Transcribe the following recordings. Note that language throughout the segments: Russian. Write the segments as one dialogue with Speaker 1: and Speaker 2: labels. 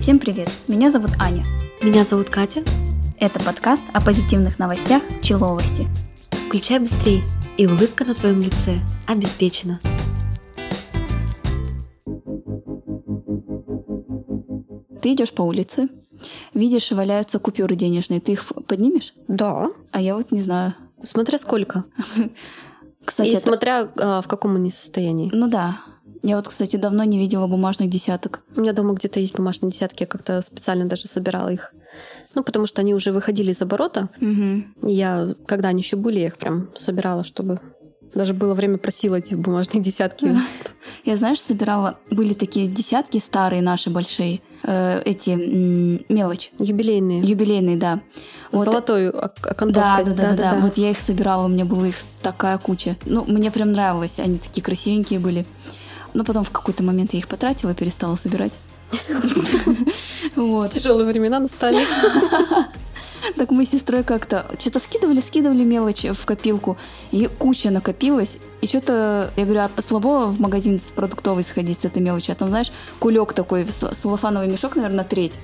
Speaker 1: Всем привет! Меня зовут Аня.
Speaker 2: Меня зовут Катя.
Speaker 1: Это подкаст о позитивных новостях Человости.
Speaker 2: Включай быстрей, и улыбка на твоем лице обеспечена.
Speaker 1: Ты идешь по улице, видишь, валяются купюры денежные, ты их поднимешь?
Speaker 2: Да.
Speaker 1: А я вот не знаю.
Speaker 2: Смотря сколько.
Speaker 1: Кстати,
Speaker 2: и
Speaker 1: это-
Speaker 2: смотря а, в каком они состоянии.
Speaker 1: ну да. Я вот, кстати, давно не видела бумажных десяток.
Speaker 2: У меня дома где-то есть бумажные десятки, я как-то специально даже собирала их. Ну, потому что они уже выходили из оборота.
Speaker 1: Мгм.
Speaker 2: И Я, когда они еще были, я их прям собирала, чтобы... Даже было время просила эти бумажные десятки.
Speaker 1: Я, знаешь, собирала... Были такие десятки старые наши большие. э, эти... м, мелочь.
Speaker 2: Юбилейные.
Speaker 1: Юбилейные, да.
Speaker 2: С
Speaker 1: Вот
Speaker 2: Золотой ок-
Speaker 1: Да, да,
Speaker 2: окантовкой.
Speaker 1: да, да, да. Вот я их собирала, у меня была их такая куча. Ну, мне прям нравилось, они такие красивенькие были. Но потом в какой-то момент я их потратила, перестала собирать. Вот.
Speaker 2: Тяжелые времена настали.
Speaker 1: Так мы с сестрой как-то что-то скидывали, скидывали мелочь в копилку. И куча накопилась. И что-то, я говорю, а слабо в магазин в продуктовый сходить с этой мелочью? А там, знаешь, кулек такой, с- салофановый мешок, наверное, треть.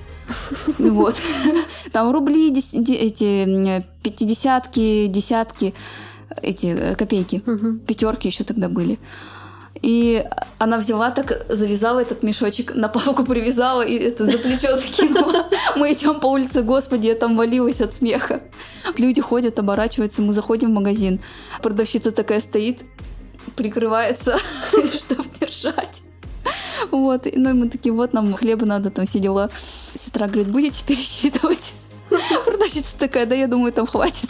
Speaker 1: Вот. Там рубли, дес- де- эти м, пятидесятки, десятки, эти э, копейки.
Speaker 2: Мгм.
Speaker 1: Пятерки еще тогда были. И она взяла так, завязала этот мешочек, на палку привязала и это за плечо закинула. Мы идем по улице, господи, я там валилась от смеха. Люди ходят, оборачиваются, мы заходим в магазин. Продавщица такая стоит, прикрывается, чтобы держать. Вот, и, ну и мы такие, вот нам хлеба надо, там все дела. Сестра говорит, будете пересчитывать? Продавщица такая, да я думаю, там хватит.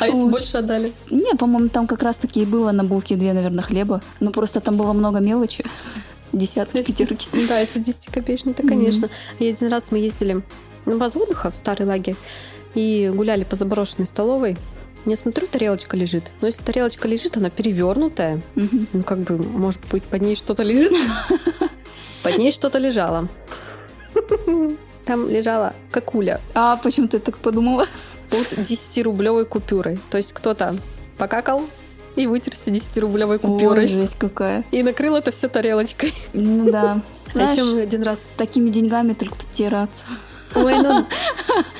Speaker 2: А если
Speaker 1: Вот.
Speaker 2: больше отдали?
Speaker 1: Не, по-моему, там как раз-таки и было на булке две, наверное, хлеба. Ну, просто там было много мелочи. Десятки,
Speaker 2: Если-
Speaker 1: пятерки.
Speaker 2: Да, если 10 копеечный, то,
Speaker 1: Мгм.
Speaker 2: конечно. И один раз мы ездили на базу отдыха в старый лагерь и гуляли по заброшенной столовой. Я смотрю, тарелочка лежит. Но если тарелочка лежит, она перевернутая.
Speaker 1: Мгм.
Speaker 2: Ну, как бы, может быть, под ней что-то лежит? Под ней что-то лежало. Там лежала какуля
Speaker 1: А почему ты так подумала?
Speaker 2: под 10-рублевой купюрой. То есть кто-то покакал и вытерся 10-рублевой
Speaker 1: Ой,
Speaker 2: купюрой.
Speaker 1: жесть какая.
Speaker 2: И накрыл это все тарелочкой.
Speaker 1: Ну да.
Speaker 2: А еще
Speaker 1: Знаешь,
Speaker 2: мы один раз...
Speaker 1: такими деньгами только потираться.
Speaker 2: Ой, ну...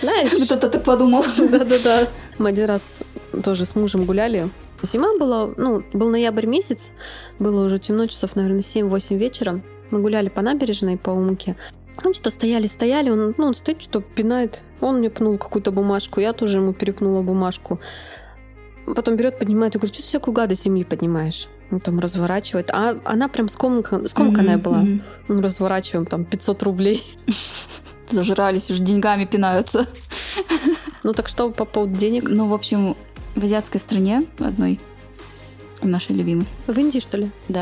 Speaker 2: Знаешь...
Speaker 1: Кто-то так подумал.
Speaker 2: Да-да-да. Мы один раз тоже с мужем гуляли. Зима была, ну, был ноябрь месяц, было уже темно, часов, наверное, 7-8 вечера. Мы гуляли по набережной, по Умке. Там что-то стояли-стояли, он, ну, он стоит, что пинает. Он мне пнул какую-то бумажку, я тоже ему перепнула бумажку. Потом берет, поднимает, и говорит, что ты всякую гадость земли поднимаешь? Он там разворачивает. А она прям скомка- скомканная
Speaker 1: Мгм,
Speaker 2: была.
Speaker 1: мгм.
Speaker 2: Ну, Разворачиваем там 500 рублей.
Speaker 1: Зажрались уже, деньгами пинаются.
Speaker 2: Ну, так что по поводу денег?
Speaker 1: Ну, в общем, в азиатской стране одной, нашей любимой,
Speaker 2: В Индии, что ли?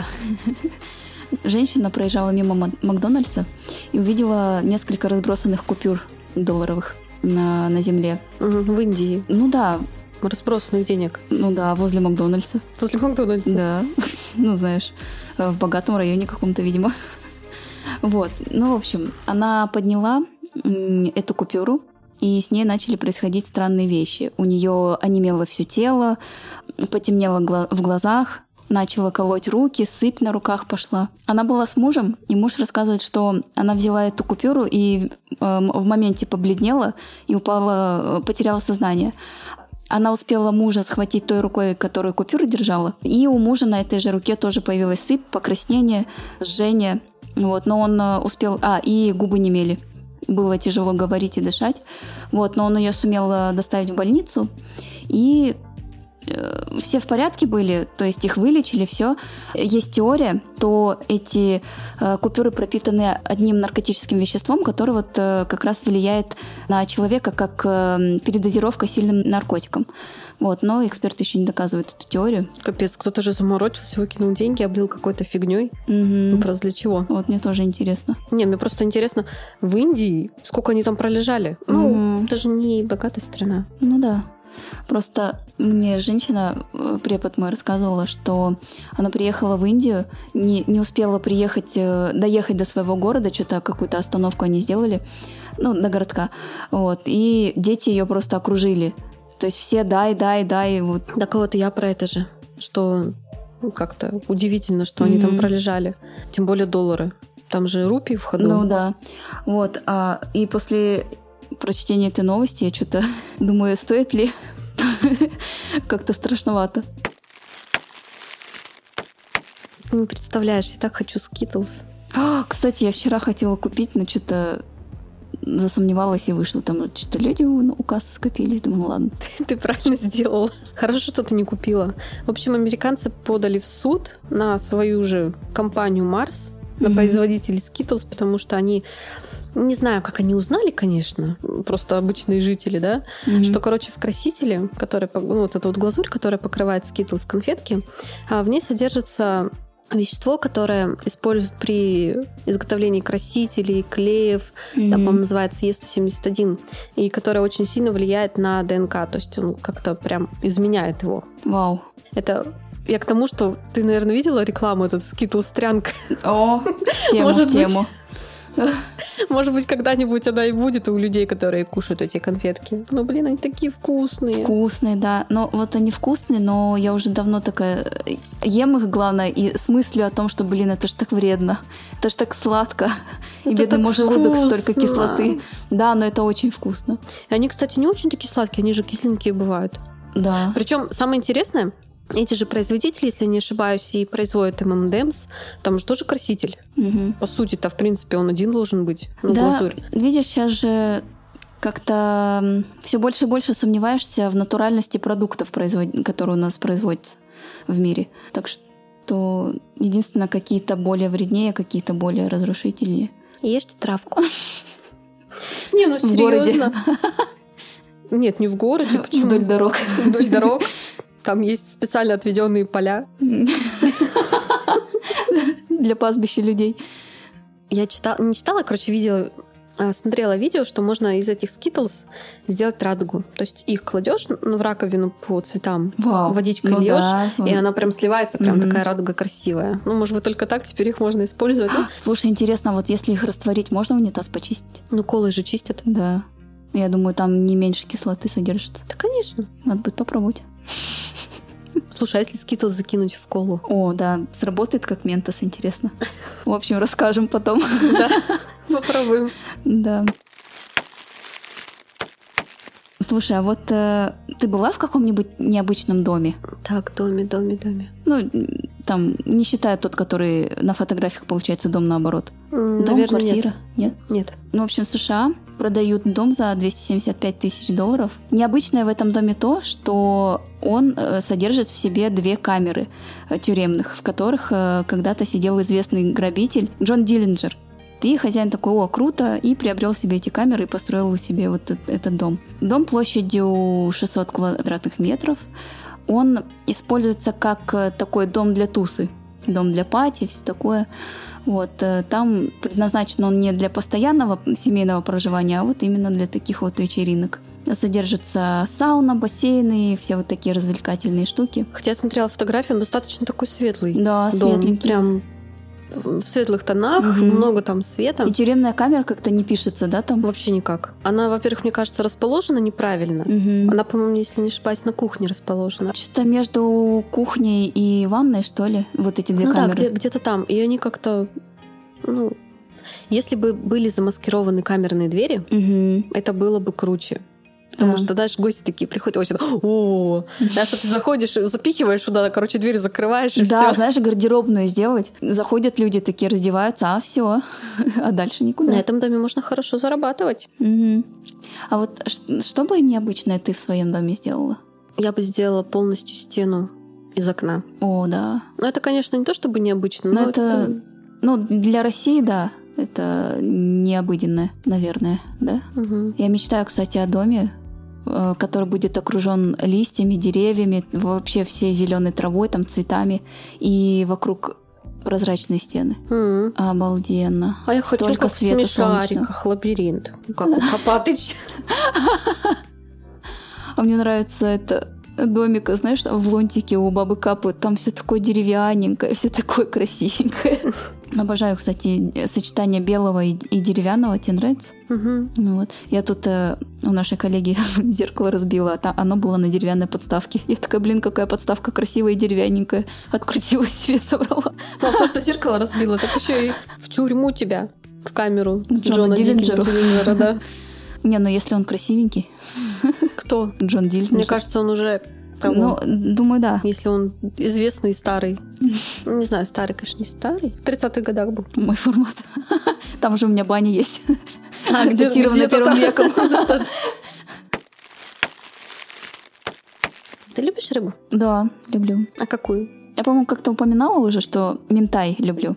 Speaker 1: женщина проезжала мимо Мак- Макдональдса и увидела несколько разбросанных купюр долларовых на, на земле.
Speaker 2: Мгм, В Индии.
Speaker 1: Ну да,
Speaker 2: Разбросанных денег.
Speaker 1: ну да, возле Макдональдса.
Speaker 2: После Макдональдса.
Speaker 1: Да, ну знаешь, э, в богатом районе каком-то, видимо. Вот, ну в общем, она подняла м, эту купюру, и с ней начали происходить странные вещи. У нее онемело все тело, потемнело гла- в глазах, начала колоть руки, сыпь на руках пошла. Она была с мужем, и муж рассказывает, что она взяла эту купюру и э, м- в моменте побледнела и упала, э, потеряла сознание. Она успела мужа схватить той рукой, которую купюру держала. И у мужа на этой же руке тоже появилась сыпь, покраснение, жжение. Вот, но он э, успел... А, и губы не мели. Было тяжело говорить и дышать. Вот, но он ее сумел э, доставить в больницу. И э, все в порядке были, то есть их вылечили, все. Есть теория, то эти э, купюры пропитаны одним наркотическим веществом, которое вот э, как раз влияет на человека как э, передозировка сильным наркотиком. Вот, но эксперты еще не доказывают эту теорию.
Speaker 2: Капец, кто-то же заморочился, выкинул деньги, облил какой-то фигней.
Speaker 1: Мгм.
Speaker 2: Ну, просто для чего?
Speaker 1: Вот мне тоже интересно.
Speaker 2: Не, мне просто интересно, в Индии сколько они там пролежали? Ну,
Speaker 1: Мгм.
Speaker 2: это же не богатая страна.
Speaker 1: Ну да. Просто мне женщина, э, препод мой, рассказывала, что она приехала в Индию, не, не успела приехать, э, доехать до своего города, что-то какую-то остановку они сделали, ну, до городка, вот, и дети ее просто окружили. То есть все дай, дай, дай, вот.
Speaker 2: Так вот, я про это же, что ну, как-то удивительно, что они там
Speaker 1: Мгм.
Speaker 2: пролежали. Тем более доллары. Там же рупий в ходу.
Speaker 1: Ну да. Вот. А, и после прочтения этой новости я что-то думаю, стоит ли как-то страшновато.
Speaker 2: Ты не представляешь, я так хочу скитлс.
Speaker 1: А, кстати, я вчера хотела купить, но что-то засомневалась и вышла. Там что-то люди у, у кассы скопились. Думаю, ну ладно.
Speaker 2: Ты, ты правильно сделала. Хорошо, что ты не купила. В общем, американцы подали в суд на свою же компанию Марс, на
Speaker 1: Мгм.
Speaker 2: производителей Skittles, потому что они... Не знаю, как они узнали, конечно, просто обычные жители, да,
Speaker 1: Мгм.
Speaker 2: что, короче, в красителе, который, пок- ну, вот эта вот глазурь, которая покрывает Skittles конфетки, а, в ней содержится вещество, которое используют при изготовлении красителей, клеев,
Speaker 1: Мгм.
Speaker 2: там, по-моему, называется Е171, и которое очень сильно влияет на ДНК, то есть он как-то прям изменяет его.
Speaker 1: Вау.
Speaker 2: Это я к тому, что ты, наверное, видела рекламу эту Skittles трянка.
Speaker 1: О, в тему,
Speaker 2: Может
Speaker 1: в
Speaker 2: быть.
Speaker 1: тему.
Speaker 2: Может быть, когда-нибудь она и будет у людей, которые кушают эти конфетки. Ну, блин, они такие вкусные.
Speaker 1: Вкусные, да. Но вот они вкусные, но я уже давно такая э, ем их, главное, и с мыслью о том, что, блин, это ж так вредно, это ж так сладко. И
Speaker 2: Это
Speaker 1: бедный
Speaker 2: так
Speaker 1: мой желудок, столько
Speaker 2: вкусно.
Speaker 1: кислоты. Да, но это очень вкусно.
Speaker 2: И они, кстати, не очень такие сладкие, они же кисленькие бывают.
Speaker 1: Да.
Speaker 2: Причем самое интересное, эти же производители, если не ошибаюсь, и производят ММДМС, там же тоже краситель.
Speaker 1: Мгм.
Speaker 2: По сути-то, в принципе, он один должен быть. Ну,
Speaker 1: да,
Speaker 2: глазурь.
Speaker 1: видишь, сейчас же как-то все больше и больше сомневаешься в натуральности продуктов, производ- которые у нас производятся в мире. Так что единственное, какие-то более вреднее, какие-то более разрушительнее.
Speaker 2: Ешьте травку. Не, ну
Speaker 1: В городе.
Speaker 2: серьезно. Нет, не в городе. Почему?
Speaker 1: Вдоль дорог.
Speaker 2: Вдоль дорог. Там есть специально отведенные поля.
Speaker 1: Для пастбища людей.
Speaker 2: Я читала, не читала, короче, видела, а, смотрела видео, что можно из этих скитлс сделать радугу. То есть их кладешь в раковину по цветам,
Speaker 1: Вау.
Speaker 2: водичкой
Speaker 1: Ну
Speaker 2: льешь,
Speaker 1: да.
Speaker 2: и она прям сливается, прям
Speaker 1: Мгм.
Speaker 2: такая радуга красивая. Ну, может быть, только так теперь их можно использовать. Ну,
Speaker 1: Слушай, интересно, вот если их растворить, можно унитаз почистить?
Speaker 2: Ну, колы же чистят.
Speaker 1: Да. Я думаю, там не меньше кислоты содержится.
Speaker 2: Да, конечно.
Speaker 1: Надо будет попробовать.
Speaker 2: Слушай, а если скитлс закинуть в колу?
Speaker 1: О, да, сработает как ментос, интересно. В общем, расскажем потом.
Speaker 2: Да, попробуем.
Speaker 1: Да. Слушай, а вот э, ты была в каком-нибудь необычном доме?
Speaker 2: Так, доме, доме, доме.
Speaker 1: Ну, м, там, не считая тот, который на фотографиях получается дом наоборот.
Speaker 2: М,
Speaker 1: Дом,
Speaker 2: Наверное,
Speaker 1: квартира? Нет?
Speaker 2: Нет. Нет.
Speaker 1: Ну, в общем, в США продают дом за 275 тысяч долларов. Необычное в этом доме то, что он э, содержит в себе две камеры э, тюремных, в которых э, когда-то сидел известный грабитель Джон Диллинджер. И хозяин такой, о, круто, и приобрел себе эти камеры и построил себе вот эт- этот дом. Дом площадью 600 квадратных метров. Он используется как э, такой дом для тусы, дом для пати, все такое. Вот, э, там предназначен он не для постоянного семейного проживания, а вот именно для таких вот вечеринок. Содержится сауна, бассейны и все вот такие развлекательные штуки.
Speaker 2: Хотя я смотрела фотографию, он достаточно такой светлый.
Speaker 1: Да, а
Speaker 2: дом.
Speaker 1: светленький.
Speaker 2: Прям в светлых тонах,
Speaker 1: Мгм.
Speaker 2: много там света.
Speaker 1: И тюремная камера как-то не пишется, да, там?
Speaker 2: Вообще никак. Она, во-первых, мне кажется, расположена неправильно. Она, по-моему, если не ошибаюсь, на кухне расположена.
Speaker 1: Что-то между кухней и ванной, что ли? Вот эти две
Speaker 2: ну да,
Speaker 1: камеры.
Speaker 2: где- где-то там. И они как-то, ну, если бы были замаскированы камерные двери,
Speaker 1: Мгм.
Speaker 2: это было бы круче. Потому
Speaker 1: Да.
Speaker 2: что, знаешь, гости такие приходят, очень, о, да, что ты заходишь, запихиваешь туда, короче, дверь закрываешь и
Speaker 1: Да,
Speaker 2: все.
Speaker 1: знаешь, гардеробную сделать. Заходят люди такие, раздеваются, а все. А дальше никуда.
Speaker 2: На этом доме можно хорошо зарабатывать.
Speaker 1: Мгм. А вот ш- что бы необычное ты в своем доме сделала?
Speaker 2: Я бы сделала полностью стену из окна.
Speaker 1: О, да.
Speaker 2: Но это, конечно, не то чтобы необычно,
Speaker 1: Но
Speaker 2: но,
Speaker 1: это- Ну, для России, да, это необыденное, наверное, да.
Speaker 2: Мгм.
Speaker 1: Я мечтаю, кстати, о доме, э, который будет окружен листьями, деревьями, вообще всей зеленой травой, там цветами и вокруг прозрачные стены.
Speaker 2: М.
Speaker 1: Обалденно.
Speaker 2: А я хочу
Speaker 1: Столько
Speaker 2: как в
Speaker 1: света
Speaker 2: смешариках лабиринт. Как у Копатыч.
Speaker 1: А мне нравится это домик, знаешь, там в лунтике у бабы Капы, там все такое деревянненькое, все такое красивенькое. Обожаю, кстати, сочетание белого и, и деревянного, тебе нравится?
Speaker 2: Мгм.
Speaker 1: Ну Вот. Я тут э, у нашей коллеги зеркало разбило, а та- оно было на деревянной подставке. Я такая, блин, какая подставка красивая и деревянненькая. Открутила себе, собрала.
Speaker 2: Мало Ну, а то, что зеркало разбило, так еще и в тюрьму тебя, в камеру
Speaker 1: Джона
Speaker 2: Джона,
Speaker 1: Диллинджера.
Speaker 2: Диллинджера. Диллинджера, да.
Speaker 1: Не, ну если он красивенький,
Speaker 2: Кто?
Speaker 1: Джон Дильс.
Speaker 2: Мне кажется, он уже того.
Speaker 1: Ну, думаю, да.
Speaker 2: Если он известный и старый. Не знаю, старый, конечно, не старый. В 30-х годах был.
Speaker 1: Мой формат. Там же у меня баня есть.
Speaker 2: А, где-
Speaker 1: Датирована
Speaker 2: где-то
Speaker 1: первым
Speaker 2: там.
Speaker 1: веком.
Speaker 2: Ты любишь рыбу?
Speaker 1: Да, люблю.
Speaker 2: А какую?
Speaker 1: Я, по-моему, как-то упоминала уже, что ментай люблю.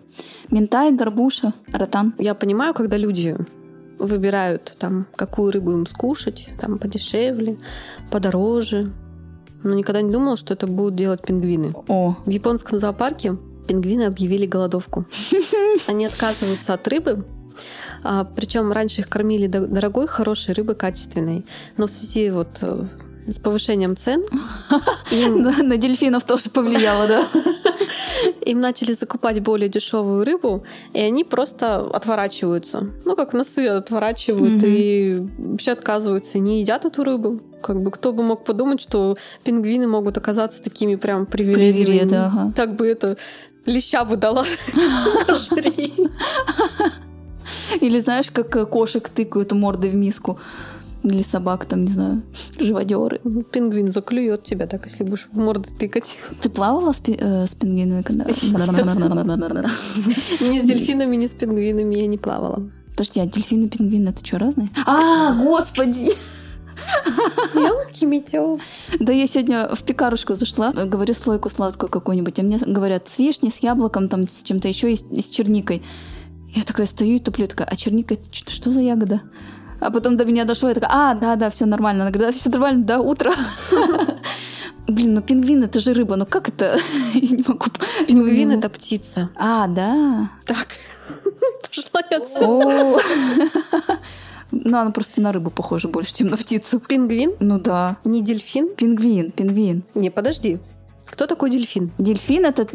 Speaker 1: Ментай, горбуша, ротан.
Speaker 2: Я понимаю, когда люди выбирают, там, какую рыбу им скушать, там, подешевле, подороже. Но никогда не думала, что это будут делать пингвины.
Speaker 1: О,
Speaker 2: В японском зоопарке пингвины объявили голодовку. Они отказываются от рыбы. причем раньше их кормили до- дорогой, хорошей рыбы, качественной. Но в связи вот э, с повышением цен им,
Speaker 1: на на дельфинов тоже повлияло, да?
Speaker 2: им начали закупать более дешевую рыбу, и они просто отворачиваются. Ну, как носы отворачивают
Speaker 1: Мгм.
Speaker 2: и вообще отказываются, не едят эту рыбу. Как бы кто бы мог подумать, что пингвины могут оказаться такими прям привередливыми.
Speaker 1: Привереды, ага.
Speaker 2: Так бы это леща бы дала. Жри.
Speaker 1: Или знаешь, как э, кошек тыкают мордой в миску. Или собак, там, не знаю, живодеры.
Speaker 2: Пингвин заклюет тебя так, если будешь в морду тыкать.
Speaker 1: Ты плавала с, пи- э, с пингвинами когда?
Speaker 2: Ни с дельфинами, ни с пингвинами я не плавала.
Speaker 1: Подожди, а дельфины и пингвины это что, разные? А, господи!
Speaker 2: Мелкий метел.
Speaker 1: Да я сегодня в пекарушку зашла, э, говорю слойку сладкую какую-нибудь, а мне говорят с вишней, с яблоком, там, с чем-то еще и с, и с черникой. Я такая стою и туплю, такая, а черника, это что, что за ягода? А потом до меня дошло, я такая, а, да-да, все нормально. Она говорит, да, все нормально, до утра. Блин, ну пингвин это же рыба, ну как это? Я не могу.
Speaker 2: Пингвин — это птица.
Speaker 1: А, да.
Speaker 2: Так. Пошла я отсюда.
Speaker 1: О. Ну, она просто на рыбу похожа больше, чем на птицу.
Speaker 2: Пингвин?
Speaker 1: Ну да.
Speaker 2: Не дельфин?
Speaker 1: Пингвин, пингвин.
Speaker 2: Не, подожди. Кто такой дельфин?
Speaker 1: Дельфин это...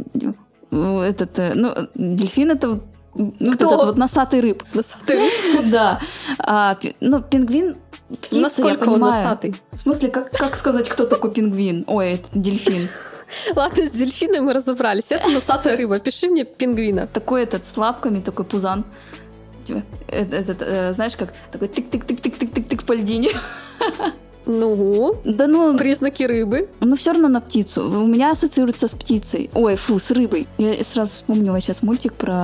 Speaker 1: э, Этот, э, ну, э, дельфин это ну, вот
Speaker 2: Кто?
Speaker 1: этот вот носатый рыб. Ну
Speaker 2: Носатый.
Speaker 1: Да. А, пи- ну, пингвин птица, я
Speaker 2: Насколько он
Speaker 1: понимаю.
Speaker 2: носатый?
Speaker 1: В смысле, как, как сказать, кто такой пингвин? Ой, это дельфин.
Speaker 2: Ладно, с дельфином мы разобрались. Это носатая рыба. Пиши мне пингвина.
Speaker 1: Такой этот с лапками, такой пузан. Типа, э, Этот, э, знаешь, как такой тык-тык-тык-тык-тык-тык по льдине.
Speaker 2: Ну,
Speaker 1: Да ну,
Speaker 2: признаки рыбы.
Speaker 1: Ну, все равно на птицу. У меня ассоциируется с птицей. Ой, фу, с рыбой. Я сразу вспомнила сейчас мультик про...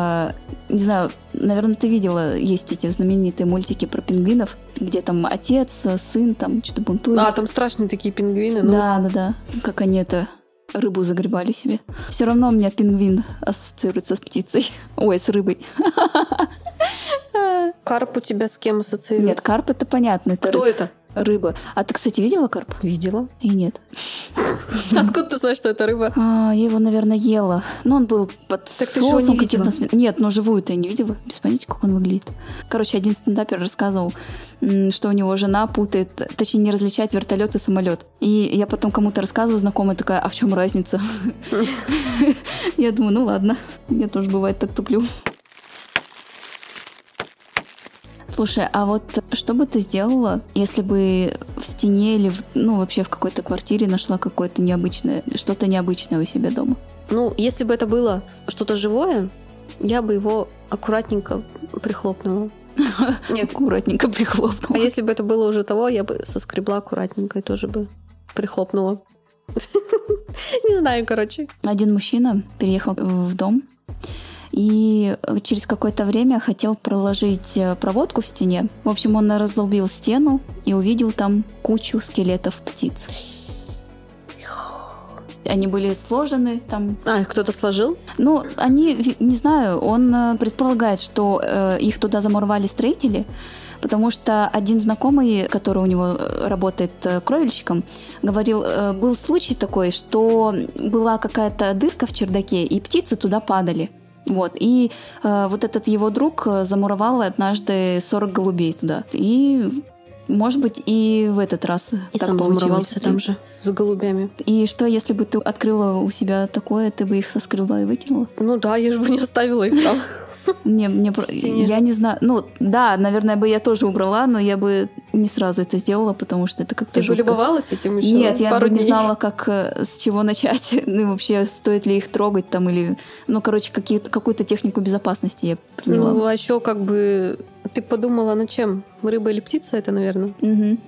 Speaker 1: Не знаю, наверное, ты видела, есть эти знаменитые мультики про пингвинов, где там отец, сын, там что-то бунтует.
Speaker 2: А, там страшные такие пингвины. ну.
Speaker 1: Да, да, да. Как они это рыбу загребали себе. Все равно у меня пингвин ассоциируется с птицей. Ой, с рыбой.
Speaker 2: Карп у тебя с кем ассоциируется?
Speaker 1: Нет, карп это понятно, это
Speaker 2: Кто
Speaker 1: ры-
Speaker 2: это?
Speaker 1: рыба. А ты, кстати, видела карп?
Speaker 2: Видела.
Speaker 1: И нет.
Speaker 2: Откуда ты знаешь, что это рыба?
Speaker 1: А, я его, наверное, ела. Но он был под
Speaker 2: Так ты его не
Speaker 1: соусом каким-то
Speaker 2: видела?
Speaker 1: сме- Нет, но живую-то я не видела. Без понятия, как он выглядит. Короче, один стендапер рассказывал, м, что у него жена путает, точнее, не различает вертолет и самолет. И я потом кому-то рассказываю, знакомая такая, а в чем разница? Я думаю, ну ладно, я тоже бывает так туплю. Слушай, а вот что бы ты сделала, если бы в стене или, в- ну, вообще в какой-то квартире нашла какое-то необычное, что-то необычное у себя дома?
Speaker 2: Ну, если бы это было что-то живое, я бы его аккуратненько прихлопнула. Нет.
Speaker 1: Аккуратненько
Speaker 2: А
Speaker 1: прихлопнула.
Speaker 2: если бы это было уже того, я бы соскребла аккуратненько и тоже бы прихлопнула. Не знаю, короче.
Speaker 1: Один мужчина переехал в дом и через какое-то время хотел проложить э, проводку в стене. В общем, он раздолбил стену и увидел там кучу скелетов птиц. Они были сложены там.
Speaker 2: А, их кто-то сложил?
Speaker 1: Ну, они, ви- не знаю, он э, предполагает, что э, их туда замуровали строители, потому что один знакомый, который у него э, работает э, кровельщиком, говорил, э, был случай такой, что была какая-то дырка в чердаке, и птицы туда падали. Вот, и э, вот этот его друг э, замуровал однажды 40 голубей туда. И, может быть, и в этот раз
Speaker 2: И
Speaker 1: так
Speaker 2: сам
Speaker 1: получилось.
Speaker 2: замуровался там же с голубями.
Speaker 1: И что, если бы ты открыла у себя такое, ты бы их соскрыла и выкинула?
Speaker 2: Ну да, я же бы не оставила их там.
Speaker 1: Не, мне про-
Speaker 2: стене.
Speaker 1: я не знаю. Ну, да, наверное, бы я тоже убрала, но я бы не сразу это сделала, потому что это как-то
Speaker 2: Ты бы
Speaker 1: жутко.
Speaker 2: любовалась этим еще
Speaker 1: Нет, я
Speaker 2: пару
Speaker 1: бы не
Speaker 2: дней?
Speaker 1: знала, как э, с чего начать, ну и вообще стоит ли их трогать там или, ну короче, какие- какую-то технику безопасности я приняла.
Speaker 2: Ну, а еще как бы ты подумала, ну чем? Рыба или птица это, наверное?
Speaker 1: Мгм.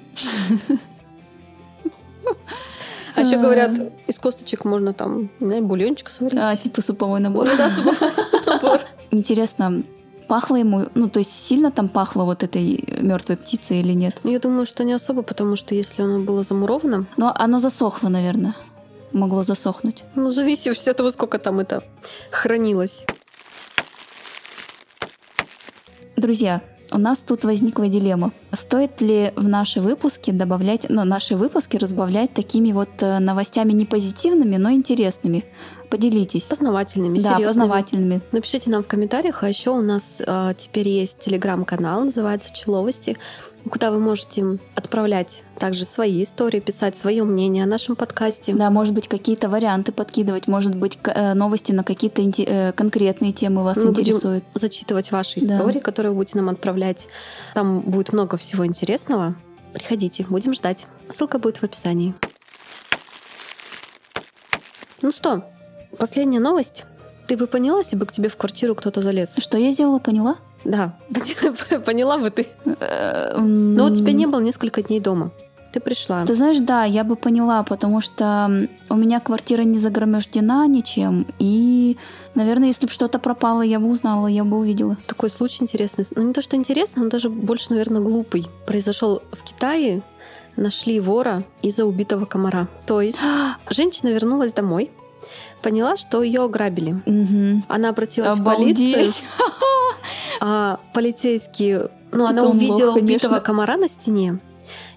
Speaker 2: А еще
Speaker 1: А.
Speaker 2: говорят, из косточек можно там, не знаю, бульончик сварить.
Speaker 1: А, типа суповой набор.
Speaker 2: Ну да, суп- набор.
Speaker 1: Интересно, пахло ему, ну то есть сильно там пахло вот этой мертвой птицей или нет?
Speaker 2: Ну, Я думаю, что не особо, потому что если оно было замуровано,
Speaker 1: Но оно засохло, наверное. Могло засохнуть.
Speaker 2: ну, зависит от того, сколько там это хранилось.
Speaker 1: Друзья, у нас тут возникла дилемма. Стоит ли в наши выпуски добавлять, ну, наши выпуски разбавлять такими вот э, новостями не позитивными, но интересными? Поделитесь.
Speaker 2: Познавательными,
Speaker 1: Да,
Speaker 2: серьезными.
Speaker 1: познавательными.
Speaker 2: Напишите нам в комментариях, а еще у нас э, теперь есть телеграм-канал, называется Человости, куда вы можете отправлять также свои истории, писать свое мнение о нашем подкасте.
Speaker 1: Да, может быть, какие-то варианты подкидывать, может быть, к- э, новости на какие-то инте- э, конкретные темы вас
Speaker 2: Мы Ну, будем-
Speaker 1: интересуют.
Speaker 2: Зачитывать ваши
Speaker 1: Да.
Speaker 2: истории, которые вы будете нам отправлять. Там будет много всего интересного. Приходите, будем ждать. Ссылка будет в описании. Ну что, последняя новость. Ты бы поняла, если бы к тебе в квартиру кто-то залез?
Speaker 1: Что я сделала, поняла?
Speaker 2: Да, поняла бы ты.
Speaker 1: Но
Speaker 2: Но Ну, вот тебя не было несколько дней дома. Ты пришла.
Speaker 1: Ты знаешь, да, я бы поняла, потому что м, у меня квартира не загромождена ничем, и, наверное, если бы что-то пропало, я бы узнала, я бы увидела.
Speaker 2: Такой случай интересный. Ну, не то, что интересный, он даже больше, наверное, глупый. Произошел в Китае. Нашли вора из-за убитого комара. То есть женщина вернулась домой, поняла, что ее ограбили.
Speaker 1: Мгм.
Speaker 2: Она обратилась в полицию,
Speaker 1: Обалдеть.
Speaker 2: а полицейские... Ну, она
Speaker 1: Потом
Speaker 2: увидела
Speaker 1: бог, конечно.
Speaker 2: убитого комара на стене,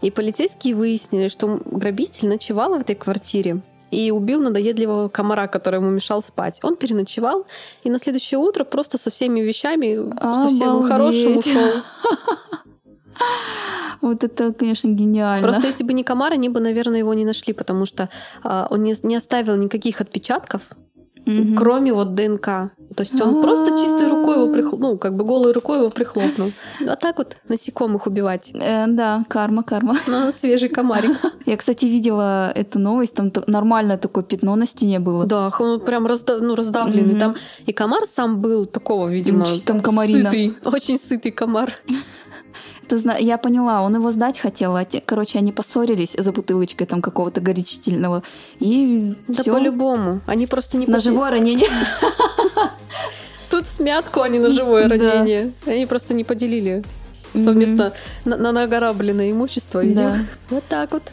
Speaker 2: и полицейские выяснили, что грабитель ночевал в этой квартире и убил надоедливого комара, который ему мешал спать. Он переночевал, и на следующее утро просто со всеми вещами, со всем
Speaker 1: Обалдеть.
Speaker 2: хорошим ушел.
Speaker 1: Вот это, конечно, гениально.
Speaker 2: Просто если бы не комар, они бы, наверное, его не нашли, потому что а, он не, не оставил никаких отпечатков,
Speaker 1: Мгм.
Speaker 2: кроме вот ДНК. То есть он просто чистой рукой его прихлопнул, ну, как бы голой рукой его прихлопнул. А так вот насекомых убивать.
Speaker 1: Э, да, карма, карма.
Speaker 2: На свежий комарик.
Speaker 1: Я, кстати, видела эту новость, там т- нормальное такое пятно на стене было.
Speaker 2: Да, х- он прям разда- ну, раздавленный.
Speaker 1: Мгм.
Speaker 2: Там и комар сам был такого, видимо,
Speaker 1: Значит, там комарина.
Speaker 2: сытый. Очень сытый комар.
Speaker 1: Ты зна- Я поняла, он его сдать хотел, а те- короче, они поссорились за бутылочкой там какого-то горячительного, и
Speaker 2: Да
Speaker 1: всё.
Speaker 2: по-любому. Они просто не
Speaker 1: на
Speaker 2: поте-
Speaker 1: живое ранение.
Speaker 2: Тут в смятку они на живое
Speaker 1: Да.
Speaker 2: ранение. Они просто не поделили
Speaker 1: Мгм.
Speaker 2: совместно на, на награбленное имущество, видимо.
Speaker 1: Да.
Speaker 2: Вот так вот.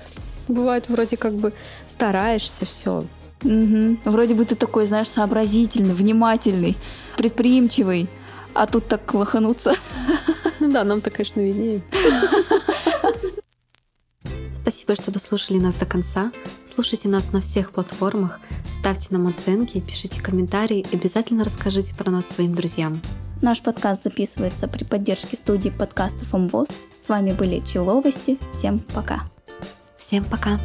Speaker 2: Бывает вроде как бы стараешься, все.
Speaker 1: Мгм. Вроде бы ты такой, знаешь, сообразительный, внимательный, предприимчивый, а тут так лохануться.
Speaker 2: Ну да, нам-то, конечно, виднее. Спасибо, что дослушали нас до конца. Слушайте нас на всех платформах, ставьте нам оценки, пишите комментарии и обязательно расскажите про нас своим друзьям.
Speaker 1: Наш подкаст записывается при поддержке студии подкастов МВОЗ. С вами были Человости. Всем пока.
Speaker 2: Всем пока!